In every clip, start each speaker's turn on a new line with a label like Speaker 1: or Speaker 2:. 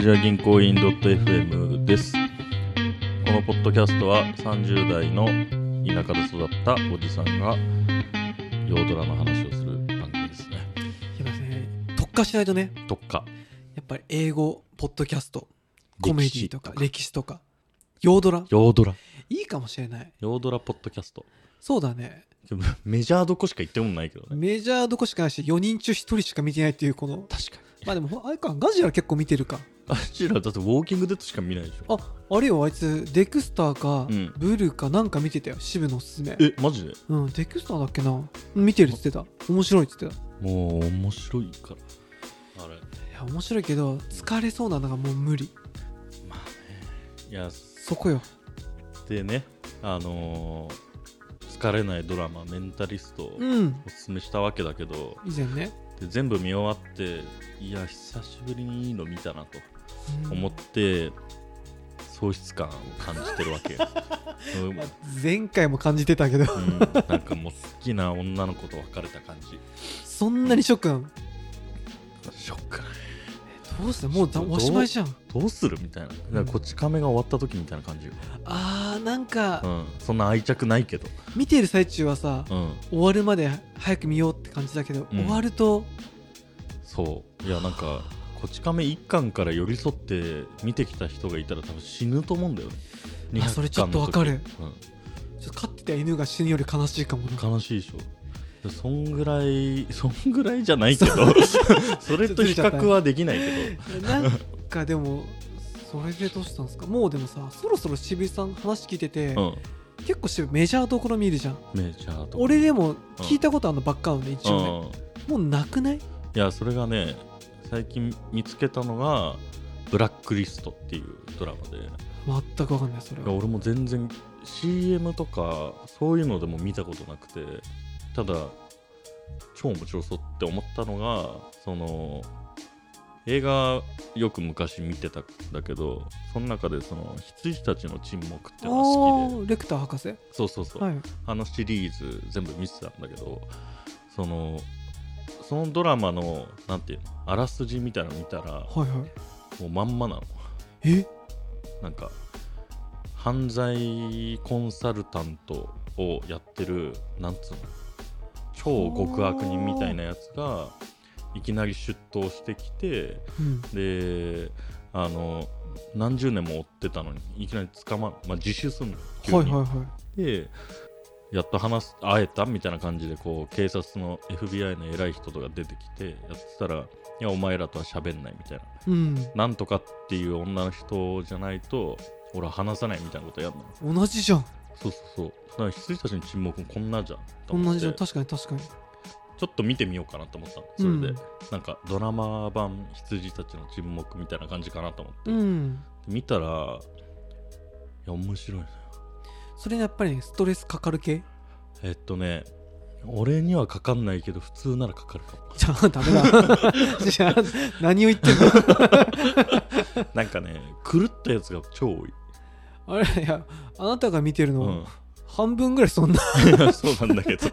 Speaker 1: ジア銀行員 .fm です。このポッドキャストは30代の田舎で育ったおじさんが洋ドラの話をする番組ですね。
Speaker 2: やっぱね特化しないとね
Speaker 1: 特化。
Speaker 2: やっぱり英語ポッドキャストコメディとか
Speaker 1: 歴史
Speaker 2: 歴史とか洋ドラ
Speaker 1: 洋ドラ。
Speaker 2: いいかもしれない
Speaker 1: 洋ドラポッドキャスト。
Speaker 2: そうだね
Speaker 1: でもメジャーどこしか行ってもないけどね。
Speaker 2: メジャーどこしかないし4人中1人しか見てないっていうこの
Speaker 1: 確かに。
Speaker 2: まあでもあれかガジラ結構見てるか
Speaker 1: あちらだってウォーキングデッドしか見ないでしょ。
Speaker 2: ああれよあいつデクスターか
Speaker 1: うん
Speaker 2: ブルーかなんか見てたよ渋のおすすめ
Speaker 1: え、マジで
Speaker 2: うんデクスターだっけな見てるって言ってた面白いって言ってた
Speaker 1: もう面白いから。あれ。
Speaker 2: いや面白いけど疲れそうなのがもう無理
Speaker 1: まあね。いや、
Speaker 2: そこよ
Speaker 1: でね、あのー疲れないドラマ「メンタリスト」を
Speaker 2: うん
Speaker 1: おすすめしたわけだけど、
Speaker 2: 以前ね、
Speaker 1: で全部見終わっていや久しぶりにいいの見たなと
Speaker 2: うん
Speaker 1: 思って喪失感を感じてるわけ よ、うん
Speaker 2: まあ前回も感じてたけど
Speaker 1: うんなんかもう好きな女の子と別れた感じ
Speaker 2: そんなにショックなの
Speaker 1: ショック
Speaker 2: どうしてもうだ
Speaker 1: どう
Speaker 2: おしまいじゃん
Speaker 1: どうするみたいななんかこち亀が終わった時みたいな感じよ、
Speaker 2: あーなん
Speaker 1: う
Speaker 2: か
Speaker 1: ん、そんな愛着ないけど、
Speaker 2: 見てる最中はさ
Speaker 1: うん、
Speaker 2: 終わるまで早く見ようって感じだけど、
Speaker 1: うん
Speaker 2: 終わると
Speaker 1: そういやなんかこち亀一巻から寄り添って見てきた人がいたら多分死ぬと思うんだよね
Speaker 2: あそれちょっとわかる、
Speaker 1: 200巻の
Speaker 2: ちょっと飼ってた犬が死ぬより悲しいかもな
Speaker 1: 時うん悲しいでしょでそんぐらい そんぐらいじゃないけど それと比較はできないけど
Speaker 2: なんかでもそれでどうしたんですかもうでもさそろそろ渋井さん話聞いてて、
Speaker 1: うん
Speaker 2: 結構渋井メジャーどころ見るじゃん
Speaker 1: メジャーとか
Speaker 2: 俺でも聞いたことあるのばっかなのね一応ね、
Speaker 1: うん
Speaker 2: もうなくない
Speaker 1: いやそれがね最近見つけたのが「ブラックリスト」っていうドラマでいや
Speaker 2: 全くわかんないそれは
Speaker 1: 俺も全然 CM とかそういうのでも見たことなくてただ超面白そうって思ったのがその映画よく昔見てたんだけどその中でその羊たちの沈黙っていうのが好きで
Speaker 2: ーレクター博士
Speaker 1: そうそうそう、
Speaker 2: はい
Speaker 1: あのシリーズ全部見てたんだけどそのそのドラマのなんていうのあらすじみたいなの見たらも
Speaker 2: はいは
Speaker 1: うまんまなの
Speaker 2: いえ
Speaker 1: なんか犯罪コンサルタントをやってるなんつうの超極悪人みたいなやつがいきなり出頭してきて
Speaker 2: うん
Speaker 1: であの何十年も追ってたのにいきなり捕ままあ、自首すんの急に、
Speaker 2: はいはいはい
Speaker 1: でやっと話す会えたみたいな感じでこう警察の FBI の偉い人とか出てきてやってたら「いやお前らとは喋んない」みたいな
Speaker 2: うん
Speaker 1: 「なんとかっていう女の人じゃないと俺は話さない」みたいなことやんの
Speaker 2: 同じじゃん
Speaker 1: そうそうそうだから羊たちの沈黙もこんなじゃんと思
Speaker 2: 同
Speaker 1: って
Speaker 2: じじゃん
Speaker 1: ち
Speaker 2: 確かに確かに
Speaker 1: ょっと見てみようかなと思ったのそれで、
Speaker 2: うん
Speaker 1: なんかドラマ版羊たちの沈黙みたいな感じかなと思って、
Speaker 2: うん
Speaker 1: 見たらいや面白いね
Speaker 2: それやっぱりねストレスかかる系
Speaker 1: えっとね俺にはかかんないけど普通ならかかるかも
Speaker 2: じゃあダメだ じゃあ 何を言ってんの
Speaker 1: なんかね狂ったやつが超多い、
Speaker 2: あれいやあなたが見てるの、
Speaker 1: うん、
Speaker 2: 半分ぐらいそんな
Speaker 1: いやそうなんだけど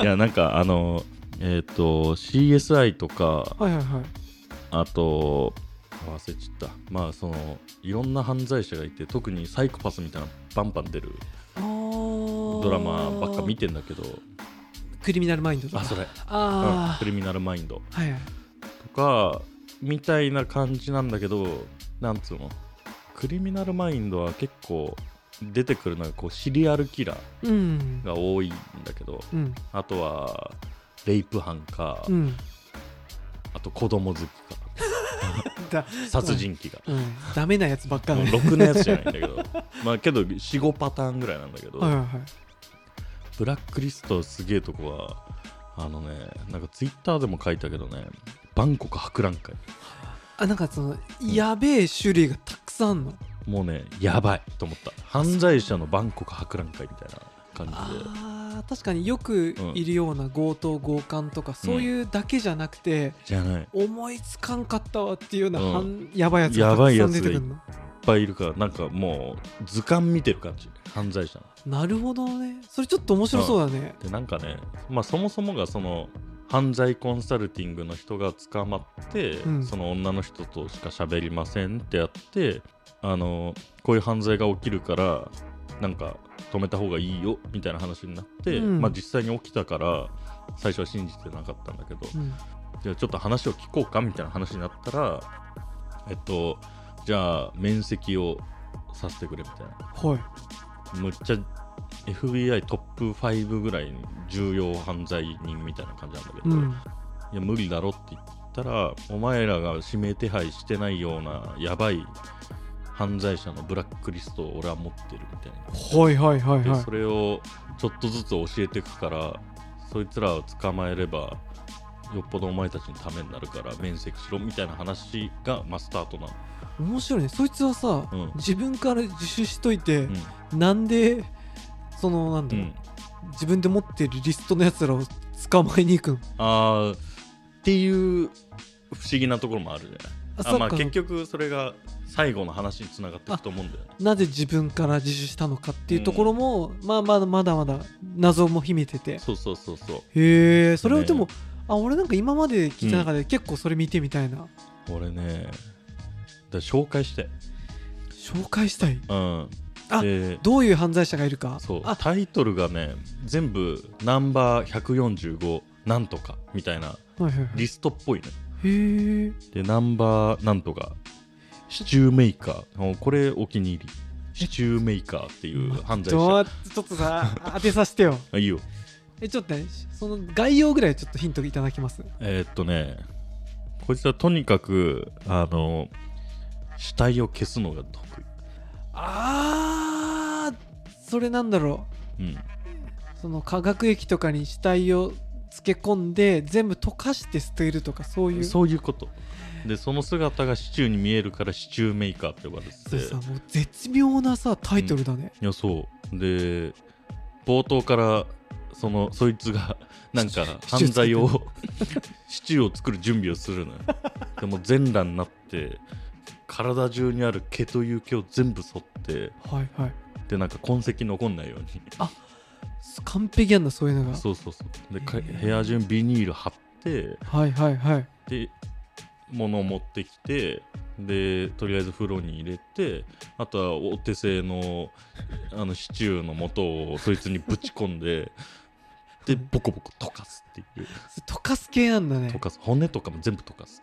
Speaker 1: いやなんかあのえっ、と CSI とか
Speaker 2: はいはいはい
Speaker 1: あと忘れちゃったまあそのいろんな犯罪者がいて特にサイコパスみたいなのバンバン出る
Speaker 2: あー
Speaker 1: ドラマばっか見てんだけど
Speaker 2: クリミナルマインドとか
Speaker 1: あそれ、うん
Speaker 2: あ
Speaker 1: クリミナルマインド
Speaker 2: ーはいはい
Speaker 1: とかみたいな感じなんだけどなんつうのクリミナルマインドは結構出てくるのがこうシリアルキラー
Speaker 2: うん
Speaker 1: が多いんだけど
Speaker 2: うん
Speaker 1: あとはレイプ犯か、
Speaker 2: うん
Speaker 1: あと子供好きか
Speaker 2: だ
Speaker 1: 殺人鬼が、
Speaker 2: うんダメなやつばっかだね
Speaker 1: ろくなやつじゃないんだけ どまあけど45パターンぐらいなんだけど、
Speaker 2: はいはいはい
Speaker 1: ブラックリストすげえとこはあのねなんかツイッターでも書いたけどねバンコク博覧会
Speaker 2: あなんかそのやべえ種類がたくさんあんの
Speaker 1: もうねやばいと思った犯罪者のバンコク博覧会みたいな感じで
Speaker 2: あー確かによくいるような強盗強姦とか、そういうだけじゃなくて、
Speaker 1: じゃないいっ
Speaker 2: 思いつかんかったわっていうような、
Speaker 1: うん
Speaker 2: はんやばいやつがたくさん出てくるの
Speaker 1: ぱいいるからなんかもう図鑑見てる感じ犯罪者の
Speaker 2: なるほどねそれちょっと面白そうだね、
Speaker 1: でなんかね、まあ、そもそもがその犯罪コンサルティングの人が捕まって、
Speaker 2: ん
Speaker 1: その女の人としか喋りませんってやってあのこういう犯罪が起きるからなんか止めた方がいいよみたいな話になって、
Speaker 2: うん
Speaker 1: まあ、実際に起きたから最初は信じてなかったんだけど、
Speaker 2: うん
Speaker 1: じゃあちょっと話を聞こうかみたいな話になったらえっとじゃあ面積をさせてくれみたいな
Speaker 2: はい
Speaker 1: むっちゃ FBI トップ5ぐらいに重要犯罪人みたいな感じなんだけど、
Speaker 2: う
Speaker 1: い
Speaker 2: ん
Speaker 1: や無理だろって言ったらお前らが指名手配してないようなやばい犯罪者のブラックリストを俺は持ってるみたいな
Speaker 2: はいはいはい
Speaker 1: で
Speaker 2: はい
Speaker 1: それをちょっとずつ教えていくからそいつらを捕まえればよっぽどお前たちのためになるから面積しろみたいな話が、まあ、スタートなの、
Speaker 2: 面白いねそいつはさ、
Speaker 1: うん
Speaker 2: 自分から自首しといて
Speaker 1: うん、
Speaker 2: なんでそのなんだろう、
Speaker 1: うん
Speaker 2: 自分で持ってるリストのやつらを捕まえに行くの
Speaker 1: あーっていう不思議なところもあるじゃない
Speaker 2: あ
Speaker 1: あ
Speaker 2: そっ
Speaker 1: まあ
Speaker 2: か
Speaker 1: 結局それが最後の話につながっていくと思うんだよね
Speaker 2: なぜ自分から自首したのかっていうところも、まあまだまだまだ謎も秘めてて
Speaker 1: そうそうそうそう
Speaker 2: へえそれをでも、
Speaker 1: ね
Speaker 2: あ俺なんか今まで聞いた中で結構それ見てみたいな、
Speaker 1: 俺ねだから紹介して
Speaker 2: 紹介したい
Speaker 1: うん
Speaker 2: あ
Speaker 1: で
Speaker 2: どういう犯罪者がいるか
Speaker 1: そう
Speaker 2: あ
Speaker 1: タイトルがね全部ナンバー145なんとかみたいな
Speaker 2: はいはいはい
Speaker 1: リストっぽいね
Speaker 2: へえ
Speaker 1: でナンバーなんとかシチューメーカーおこれお気に入りシチューメーカーっていう犯罪
Speaker 2: ど
Speaker 1: 者
Speaker 2: うちょっとさ当てさせて よ
Speaker 1: あいいよ
Speaker 2: えちょっとねその概要ぐらいちょっとヒントいただきます
Speaker 1: えーっとねこいつはとにかくあの死体を消すのが得
Speaker 2: あーそれなんだろ
Speaker 1: 意うん
Speaker 2: うその化学液とかに死体を漬け込んで全部溶かして捨てるとかそういう
Speaker 1: そういうことでその姿がシチューに見えるからシチューメーカーって呼ばれて
Speaker 2: そ
Speaker 1: て
Speaker 2: れさもう絶妙なさタイトルだね、
Speaker 1: いやそうで冒頭からそのそいつが なんか
Speaker 2: シチ
Speaker 1: 犯
Speaker 2: ュー
Speaker 1: 罪をシチューを作る準備をするのよでも全裸になって体中にある毛という毛を全部剃って
Speaker 2: はいはい
Speaker 1: でなんか痕跡残んないように
Speaker 2: 完璧やんだそういうのが
Speaker 1: そうそうそうで、か
Speaker 2: へー
Speaker 1: 部屋中にビニール貼って
Speaker 2: はいはいはい
Speaker 1: で物を持ってきてでとりあえず風呂に入れてあとはお手製のあのシチューの素をそいつにぶち込んででボコボコ溶かすっていう
Speaker 2: 溶かす系なんだね
Speaker 1: 溶かす骨とかも全部溶かす
Speaker 2: そ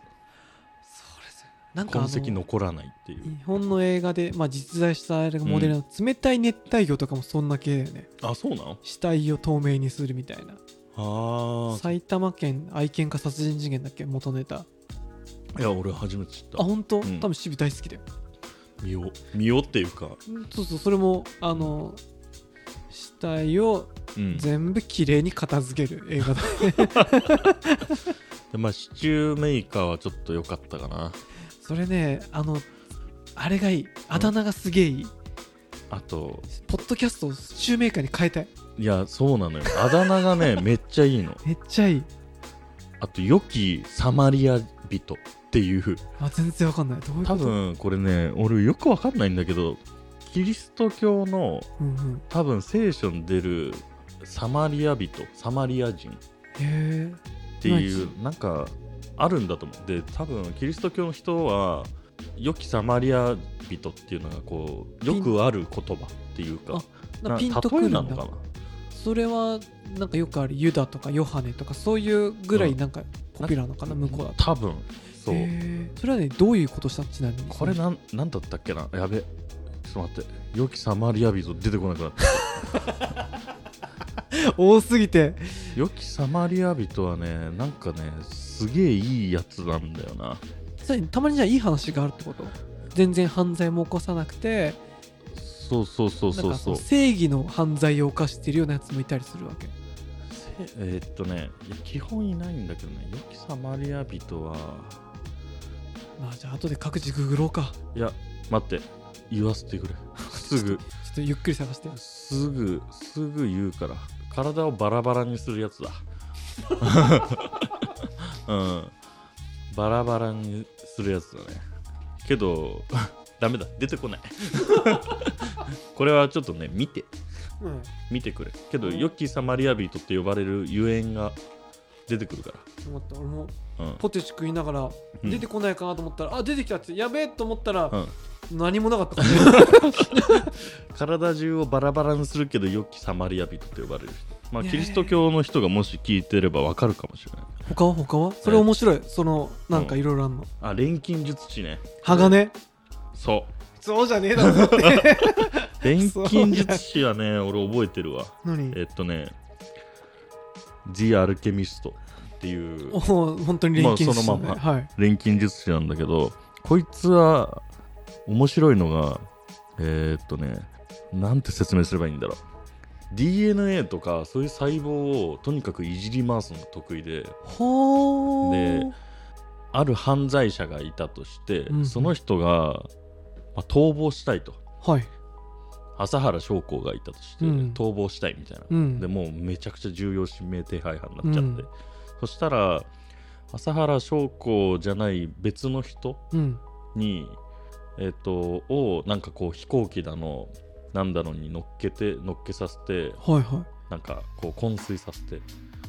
Speaker 2: れさなんか
Speaker 1: 痕
Speaker 2: あの
Speaker 1: 跡
Speaker 2: 日
Speaker 1: 残らないっていう
Speaker 2: 本の映画で、まあ、実在したあれがモデルの、冷たい熱帯魚とかもそんな系だよね
Speaker 1: あそうなの
Speaker 2: 死体を透明にするみたいな
Speaker 1: あ
Speaker 2: 埼玉県愛犬家殺人事件だっけ元ネタあ
Speaker 1: あいや俺初めて知った
Speaker 2: 本当、
Speaker 1: ん
Speaker 2: 多分渋大好きだよ
Speaker 1: 見よう見ようっていうか、
Speaker 2: そうそうそれもあの死体を
Speaker 1: うん
Speaker 2: 全部きれいに片付ける映画だ、
Speaker 1: でまあ、シチューメーカーはちょっと良かったかな
Speaker 2: それねあのあれがいいあだ名がすげえいい、
Speaker 1: あと
Speaker 2: ポッドキャストをシチューメーカーに変えたい
Speaker 1: いやそうなのよあだ名が ねめっちゃいいの
Speaker 2: めっちゃいい
Speaker 1: あと良きサマリア人っていう
Speaker 2: あ全然わかんないどういうこと
Speaker 1: 多、分これね俺よくわかんないんだけどキリスト教の
Speaker 2: うんうん、
Speaker 1: 多分聖書に出るサマリア人サマリア人っ
Speaker 2: へ
Speaker 1: ていうなんかあるんだと思うで多分キリスト教の人は良きサマリア人っていうのがこうよくある言葉っていうか
Speaker 2: えな
Speaker 1: な
Speaker 2: ピンとく
Speaker 1: 例
Speaker 2: る
Speaker 1: え
Speaker 2: ん
Speaker 1: な
Speaker 2: だ
Speaker 1: のかな
Speaker 2: それはなんかよくあるユダとかヨハネとかそういうぐらいなんかポピュラーなのかな、向こうだと
Speaker 1: 多分そう
Speaker 2: へえそれはねどういうことしたちなみに
Speaker 1: これなんなんだったっけなやべちょっと待って良きサマリア人出てこなくなった
Speaker 2: 多すぎて
Speaker 1: 良きサマリア人はねなんかねすげえいいやつなんだよな
Speaker 2: それたまにじゃあいい話があるってこと全然犯罪も起こさなくて
Speaker 1: そうそうそう
Speaker 2: なん
Speaker 1: そう
Speaker 2: か
Speaker 1: そ
Speaker 2: そうの正義の犯罪を犯してるようなやつもいたりするわけ
Speaker 1: せえーっとねいや基本いないんだけどね良きサマリア人は
Speaker 2: まあじゃあ後で各自ググろうか
Speaker 1: いや待って言わせて くれすぐ
Speaker 2: ちょっとゆっくり探して
Speaker 1: すぐすぐ言うから体をバラバラにするやつだうんバラバラにするやつだねけどダメだ出てこないこれはちょっとね見て
Speaker 2: うん
Speaker 1: 見てくれけど、
Speaker 2: うん
Speaker 1: ヨッキーサマリアビートって呼ばれるゆえんが出てくるか
Speaker 2: 思った俺も
Speaker 1: ら、うん
Speaker 2: ポテチ食いながら
Speaker 1: うん
Speaker 2: 出てこないかなと思ったら、あ出てきたってやべえと思ったら、
Speaker 1: うん
Speaker 2: 何もなか った
Speaker 1: 体中をバラバラにするけどヨッキーサマリアビートって呼ばれる人まあ
Speaker 2: ねえ
Speaker 1: キリスト教の人がもし聞いてればわかるかもしれない
Speaker 2: 他は他はそれ面白いそのなんかいろいろあんの
Speaker 1: あ錬金術師ね
Speaker 2: 鋼
Speaker 1: そう
Speaker 2: そうじゃねえだろ
Speaker 1: 錬金術師はね俺覚えてるわ
Speaker 2: 何
Speaker 1: えっとね「The Alchemist」っていう
Speaker 2: おお本当に錬金
Speaker 1: まあそのまんま
Speaker 2: はい
Speaker 1: 錬金術師なんだけどこいつは面白いのがえーっとねなんて説明すればいいんだろう DNA とかそういう細胞をとにかくいじり回すのが得意で
Speaker 2: ほー
Speaker 1: である犯罪者がいたとして、
Speaker 2: うん
Speaker 1: その人が、まあ逃亡したいと
Speaker 2: はい
Speaker 1: 朝原将校がいたとして、
Speaker 2: うん
Speaker 1: 逃亡したいみたいな、
Speaker 2: うん
Speaker 1: でもうめちゃくちゃ重要指名手配犯になっちゃって、
Speaker 2: うん
Speaker 1: そしたら朝原将校じゃない別の人
Speaker 2: うん
Speaker 1: に、えっとをなんかこう飛行機だのなんだのに乗っけて乗っけさせて
Speaker 2: はいはい
Speaker 1: なんかこう昏睡させて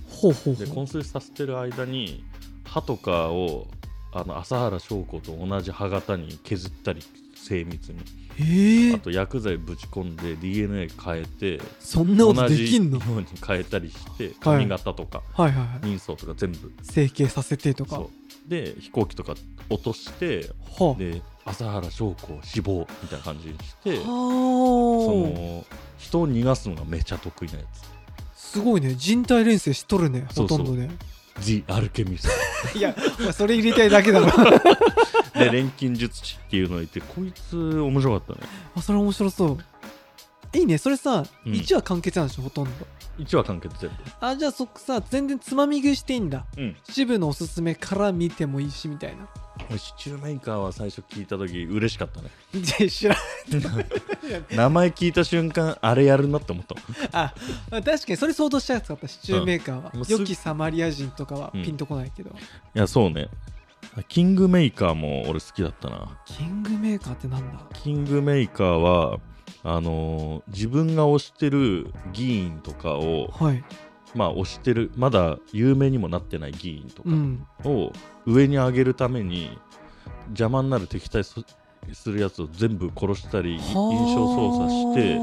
Speaker 2: ほうほう
Speaker 1: で
Speaker 2: ほう
Speaker 1: 昏睡させてる間に歯とかをあの朝原将校と同じ歯型に削ったり精密に
Speaker 2: えー
Speaker 1: あと薬剤ぶち込んで DNA 変えて
Speaker 2: そんなこと
Speaker 1: 同
Speaker 2: で
Speaker 1: じ
Speaker 2: きんの
Speaker 1: ように変えたりして髪型とか
Speaker 2: はいはいは
Speaker 1: 人相とか全部、
Speaker 2: い整形させてとか
Speaker 1: そうで飛行機とか落として
Speaker 2: はあ
Speaker 1: で朝原将校死亡みたいな感じにして
Speaker 2: は
Speaker 1: そ
Speaker 2: ー
Speaker 1: の人を逃がすのがめちゃ得意なや
Speaker 2: すごいね人体錬成しとるね
Speaker 1: そ
Speaker 2: ほ
Speaker 1: うそ
Speaker 2: と
Speaker 1: うん
Speaker 2: どね
Speaker 1: つ The Alchemist
Speaker 2: いやそれ入れたいだけだろ
Speaker 1: で錬金術師っていうのがいてこいつ面白かったね
Speaker 2: あそれ面白そういいねそれさ、
Speaker 1: うん
Speaker 2: 一1話完結なんでしょほとんど
Speaker 1: 1話完結全部
Speaker 2: あじゃあそっかさ全然つまみ食いしていいんだ
Speaker 1: うん
Speaker 2: 渋のおすすめから見てもいいしみたいな
Speaker 1: 俺シチューメーカーは最初聞いた時嬉しかったね
Speaker 2: じゃ知らん
Speaker 1: 名前聞いた瞬間あれやるなって思った
Speaker 2: あ 確かにそれ想像しやすかったシチューメーカーは、
Speaker 1: うんもうす
Speaker 2: 良きサマリア人とかは
Speaker 1: うん
Speaker 2: ピンとこないけど、
Speaker 1: いやそうねキングメーカーも俺好きだったな
Speaker 2: キングメーカーってなんだ
Speaker 1: キングメーカーはあのー自分が推してる議員とかを
Speaker 2: はい
Speaker 1: まあ推してるまだ有名にもなってない議員とか
Speaker 2: うん
Speaker 1: を上に上げるために邪魔になる敵対すするやつを全部殺したり印象操作して
Speaker 2: て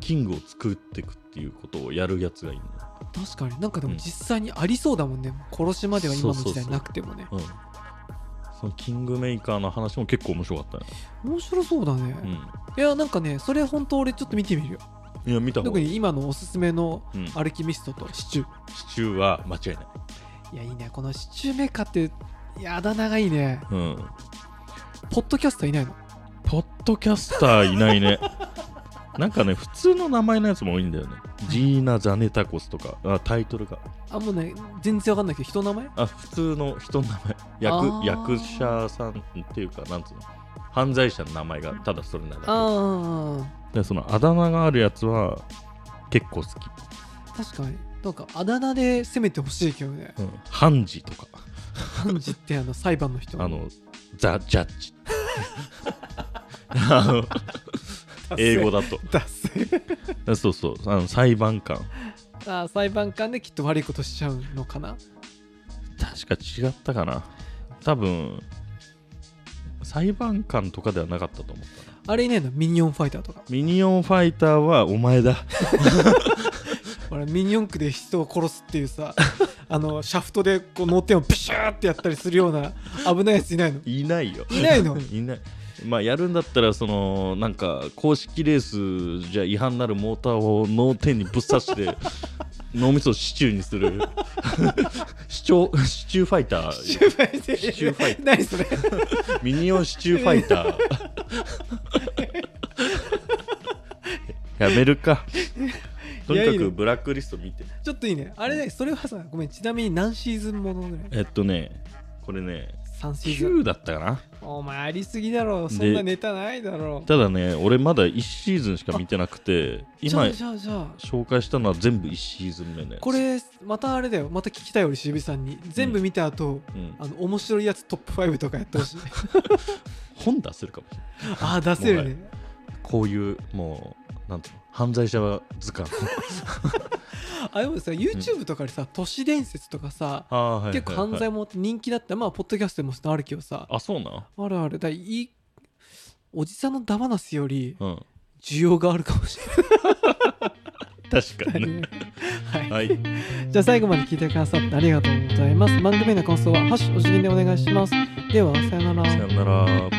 Speaker 1: キングを作っていくっていうことをやるやつがいるんだ、
Speaker 2: 確かになんかでも
Speaker 1: うん
Speaker 2: 実際にありそうだもんね、殺しまでは今の時代なくてもね
Speaker 1: うん、そのキングメーカーの話も結構面白かったね、
Speaker 2: 面白そうだね、いやなんかねそれ本当俺ちょっと見てみるよ
Speaker 1: うん、いや見た方
Speaker 2: 特
Speaker 1: がいい、
Speaker 2: に今のおすすめの
Speaker 1: うん、
Speaker 2: アルキミストとシチュー
Speaker 1: シチューは間違いない
Speaker 2: いやいいねこのシチューメーカーっていやあだ名がいいね
Speaker 1: うん
Speaker 2: ポッドキャスターいないの
Speaker 1: ポッドキャスターいないね。 なんかね、普通の名前のやつも多いんだよね。ジーナ・ザネタコスとか、あタイトルが。
Speaker 2: あもうね全然わかんないけど人の名前
Speaker 1: あ、普通の人の名
Speaker 2: あ
Speaker 1: 前。役
Speaker 2: ー
Speaker 1: 役者さんっていうか、なんつうの。犯罪者の名前がただそれなだ
Speaker 2: あ
Speaker 1: けで、そのあだ名があるやつは結構好き。
Speaker 2: あ確かになんかあだ名で攻めてほしいけどね
Speaker 1: うん、ハンジとか、
Speaker 2: 判事 ってあの裁判の人
Speaker 1: あの、ザ・ジャッジ。あの英語
Speaker 2: だ
Speaker 1: だと。
Speaker 2: ダッセー
Speaker 1: そうそう、あの裁判官。
Speaker 2: あー裁判官できっと悪いことしちゃうのかな
Speaker 1: 確か違ったかな多分裁判官とかではなかったと思ったな
Speaker 2: あれいないのミニオンファイターとか
Speaker 1: ミニオンファイターはお前だ
Speaker 2: 俺ミニ四駆で人を殺すっていうさ あのシャフトでこう脳天をピシューってやったりするような危ないやついないの
Speaker 1: いないよ
Speaker 2: いない の
Speaker 1: いないまあやるんだったらそのなんか公式レースじゃ違反なるモーターを脳天にぶっ刺して 脳みそをシチューにする シチョシチューファイター
Speaker 2: シューファイター
Speaker 1: シチューファイター
Speaker 2: 何それ
Speaker 1: ミニオンシチューファイター やめるかとにかくブラックリスト見て
Speaker 2: ちょっといいねあれねそれはさごめんちなみに何シーズンものね
Speaker 1: えっとね、これね、
Speaker 2: 3シーズン
Speaker 1: 9だったかな。
Speaker 2: お前ありすぎだろ
Speaker 1: で
Speaker 2: そんなネタないだろ
Speaker 1: ただね、俺まだ1シーズンしか見てなくて、今
Speaker 2: じゃあじゃあじゃあ
Speaker 1: 紹介したのは全部1シーズン目のやつ。
Speaker 2: こ、れまたあれだよまた聞きたい俺渋井さんに全部見た後、
Speaker 1: うん、
Speaker 2: あの面白いやつトップ5とかやって ほしい
Speaker 1: 本出せるかもしれない。
Speaker 2: ああ出せるね
Speaker 1: こういう、もう、なんていうの犯罪者図 鑑
Speaker 2: あでもさ YouTube とかでさ、都市伝説とかさ
Speaker 1: あー、はいはいはい
Speaker 2: 結構犯罪も人気だったまあポッドキャストでもあるけどさ
Speaker 1: あそうな
Speaker 2: あるあるだからいいおじさんのダマなすより
Speaker 1: うん
Speaker 2: 需要があるかもし
Speaker 1: 確か
Speaker 2: れ
Speaker 1: にね
Speaker 2: ないねはい、
Speaker 1: はい
Speaker 2: じゃあ最後まで聞いてくださってありがとうございます番組への感想は「ハッシュお辞儀」でお願いしますではさよなら
Speaker 1: さよなら